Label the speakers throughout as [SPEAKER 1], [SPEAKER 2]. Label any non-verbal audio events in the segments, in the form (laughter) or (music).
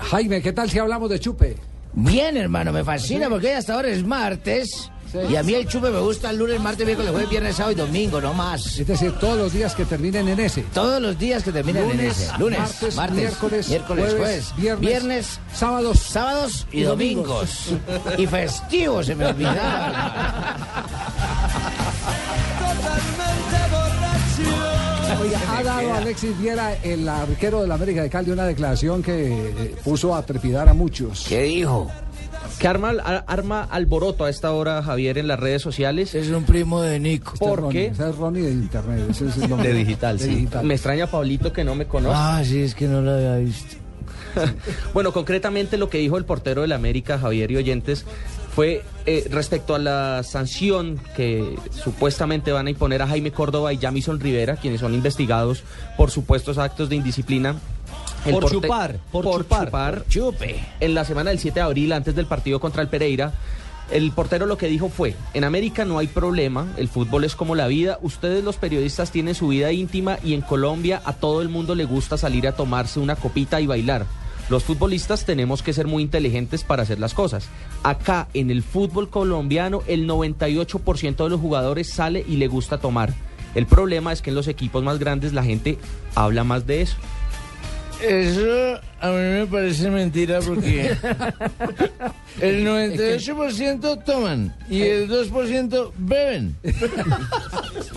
[SPEAKER 1] Jaime, ¿qué tal si hablamos de chupe?
[SPEAKER 2] Bien, hermano, me fascina porque hoy hasta ahora es martes.
[SPEAKER 1] Sí.
[SPEAKER 2] Y a mí el chupe me gusta el lunes, martes, miércoles, jueves, viernes, sábado y domingo, no más.
[SPEAKER 1] Es decir, todos los días que terminen en ese.
[SPEAKER 2] Todos los días que terminan en
[SPEAKER 1] Lunes,
[SPEAKER 2] ese. Lunes,
[SPEAKER 1] martes,
[SPEAKER 2] martes,
[SPEAKER 1] miércoles,
[SPEAKER 2] jueves,
[SPEAKER 1] jueves, viernes,
[SPEAKER 2] viernes,
[SPEAKER 1] sábados
[SPEAKER 2] sábados y
[SPEAKER 1] y domingos.
[SPEAKER 2] domingos. (laughs) y festivos, se me olvidaba. hermano.
[SPEAKER 1] Oiga, ha dado Alexis Viera, el arquero de la América de Cali, una declaración que eh, puso a trepidar a muchos.
[SPEAKER 2] ¿Qué dijo?
[SPEAKER 3] Que arma, a- arma alboroto a esta hora, Javier, en las redes sociales.
[SPEAKER 2] Es un primo de Nico.
[SPEAKER 1] Este es
[SPEAKER 3] ¿Por
[SPEAKER 1] Ronnie,
[SPEAKER 3] qué?
[SPEAKER 1] ese es Ronnie de Internet. ese es el nombre. De digital.
[SPEAKER 3] Me extraña Pablito que no me conoce.
[SPEAKER 2] Ah, sí, es que no lo había visto.
[SPEAKER 3] Bueno, concretamente lo que dijo el portero del América, Javier y Oyentes, fue eh, respecto a la sanción que supuestamente van a imponer a Jaime Córdoba y Jamison Rivera, quienes son investigados por supuestos actos de indisciplina.
[SPEAKER 4] Por
[SPEAKER 3] porte-
[SPEAKER 4] chupar, por chupar.
[SPEAKER 3] chupar
[SPEAKER 2] Chupe.
[SPEAKER 3] en la semana del 7 de abril, antes del partido contra el Pereira, el portero lo que dijo fue, en América no hay problema, el fútbol es como la vida, ustedes los periodistas tienen su vida íntima y en Colombia a todo el mundo le gusta salir a tomarse una copita y bailar. Los futbolistas tenemos que ser muy inteligentes para hacer las cosas. Acá, en el fútbol colombiano, el 98% de los jugadores sale y le gusta tomar. El problema es que en los equipos más grandes la gente habla más de eso.
[SPEAKER 5] Eso a mí me parece mentira (laughs) porque el 98% toman y el 2% beben. (laughs)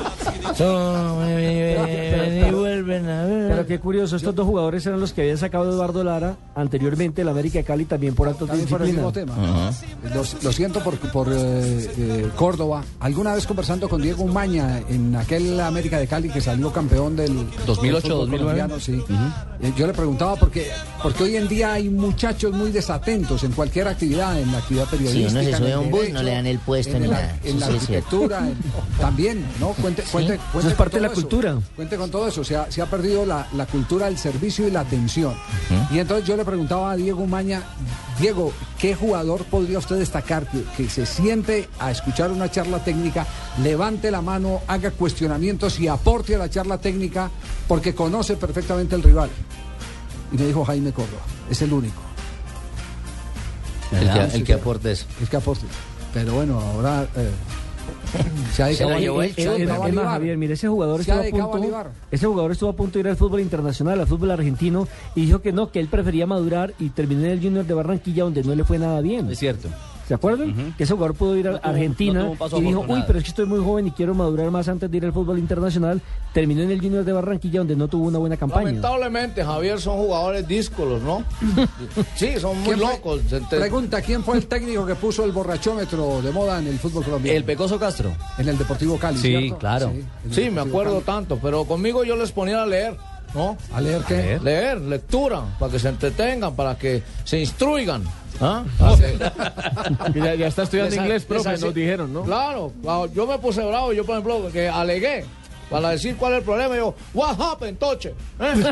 [SPEAKER 5] Tomen y beben y vuelven a
[SPEAKER 4] Pero
[SPEAKER 5] beber.
[SPEAKER 4] qué curioso, estos dos jugadores eran los que había sacado Eduardo Lara anteriormente el América de Cali también por actos de
[SPEAKER 1] También por el
[SPEAKER 4] disciplina.
[SPEAKER 1] mismo tema. lo, lo siento por, por, eh, eh, Córdoba. Alguna vez conversando con Diego Umaña en aquel América de Cali que salió campeón del
[SPEAKER 4] 2008,
[SPEAKER 1] del fútbol
[SPEAKER 4] 2009.
[SPEAKER 1] colombiano, sí. Eh, yo le preguntaba porque, porque hoy en día hay muchachos muy desatentos en cualquier actividad, en la actividad periodística.
[SPEAKER 2] se
[SPEAKER 1] en
[SPEAKER 2] sube
[SPEAKER 1] el
[SPEAKER 2] a un bus, no
[SPEAKER 1] derecho,
[SPEAKER 2] le dan el puesto
[SPEAKER 1] en
[SPEAKER 2] ni
[SPEAKER 1] la-
[SPEAKER 2] nada.
[SPEAKER 1] En la
[SPEAKER 2] Sí, sí, es cierto.
[SPEAKER 1] arquitectura, en- también, ¿no? Cuente, cuente,
[SPEAKER 2] Eso
[SPEAKER 1] cuente con
[SPEAKER 4] es parte de
[SPEAKER 1] todo
[SPEAKER 4] la cultura.
[SPEAKER 1] Cuente con todo eso, se ha, se ha perdido la, la cultura del servicio y la atención. Y entonces yo le preguntaba a Diego Maña, Diego, ¿qué jugador podría usted destacar que, que se siente a escuchar una charla técnica, levante la mano, haga cuestionamientos y aporte a la charla técnica porque conoce perfectamente el rival? Y me dijo Jaime Córdoba, es el único,
[SPEAKER 6] El
[SPEAKER 1] ¿verdad?
[SPEAKER 6] que, el que aporte eso.
[SPEAKER 1] es que aporte. Pero bueno, ahora... eh, (clears throat) se ha dedicado
[SPEAKER 2] lo
[SPEAKER 1] a-
[SPEAKER 2] llevó el
[SPEAKER 1] se ha
[SPEAKER 4] eh,
[SPEAKER 2] chupe.
[SPEAKER 4] Es
[SPEAKER 1] dedicado a
[SPEAKER 4] más,
[SPEAKER 1] libar.
[SPEAKER 4] Javier, mire, ese jugador,
[SPEAKER 1] Se ha
[SPEAKER 4] estuvo a
[SPEAKER 1] dedicado a
[SPEAKER 4] punto,
[SPEAKER 1] libar.
[SPEAKER 4] ese jugador estuvo a punto de ir al fútbol internacional, al fútbol argentino, y dijo que no, que él prefería madurar y terminó en el Junior de Barranquilla, donde no le fue nada bien.
[SPEAKER 6] Es cierto.
[SPEAKER 4] ¿Se acuerdan? Que ese jugador pudo ir a
[SPEAKER 6] No tuvo- no
[SPEAKER 4] Argentina
[SPEAKER 6] tuvo un paso
[SPEAKER 4] y dijo,
[SPEAKER 6] afortunado".
[SPEAKER 4] uy, pero es que estoy muy joven y quiero madurar más antes de ir al fútbol internacional. Terminó en el Junior de Barranquilla, donde no tuvo una buena campaña.
[SPEAKER 5] Lamentablemente, Javier, son jugadores díscolos, (laughs) ¿no? Sí, son muy
[SPEAKER 1] ¿Quién fue-
[SPEAKER 5] locos. Ente-
[SPEAKER 1] Pregunta, ¿quién fue el técnico que puso el borrachómetro de moda en el fútbol colombiano?
[SPEAKER 6] El Pecoso Castro.
[SPEAKER 1] En el Deportivo Cali,
[SPEAKER 6] Sí,
[SPEAKER 1] ¿cierto?
[SPEAKER 6] claro.
[SPEAKER 1] en el
[SPEAKER 5] Sí, me
[SPEAKER 1] Deportivo
[SPEAKER 5] acuerdo tanto, pero conmigo yo les ponía a leer, ¿no?
[SPEAKER 1] Cali. A leer qué.
[SPEAKER 5] Leer, (laughs) lectura, para que se entretengan, para que se instruigan. ¿Ah?
[SPEAKER 4] ya, está
[SPEAKER 5] Desa- deshace- Claro, ah, yo me puse bravo, yo por ejemplo, que alegué para decir cuál es el problema, yo, what happened, toche? ¿Eh?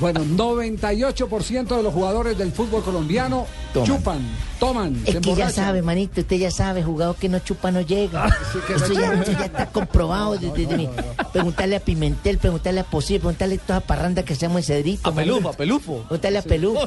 [SPEAKER 1] Bueno, 98% de los jugadores del fútbol colombiano chupan, toman,
[SPEAKER 2] Es
[SPEAKER 1] se
[SPEAKER 2] que ya
[SPEAKER 1] emborrachan.
[SPEAKER 2] sabe, manito, usted ya sabe, jugado que no chupa no llega.
[SPEAKER 5] (laughs)
[SPEAKER 1] que
[SPEAKER 2] Eso
[SPEAKER 1] no
[SPEAKER 2] ya,
[SPEAKER 1] llega.
[SPEAKER 2] eso ya está comprobado. desde mi- Preguntarle a Pimentel, preguntarle a Posible, preguntarle a todas las parrandas que hacemos en Cedrito.
[SPEAKER 5] A pelufo, Oh. a pelufo.
[SPEAKER 2] Preguntarle a Pelú.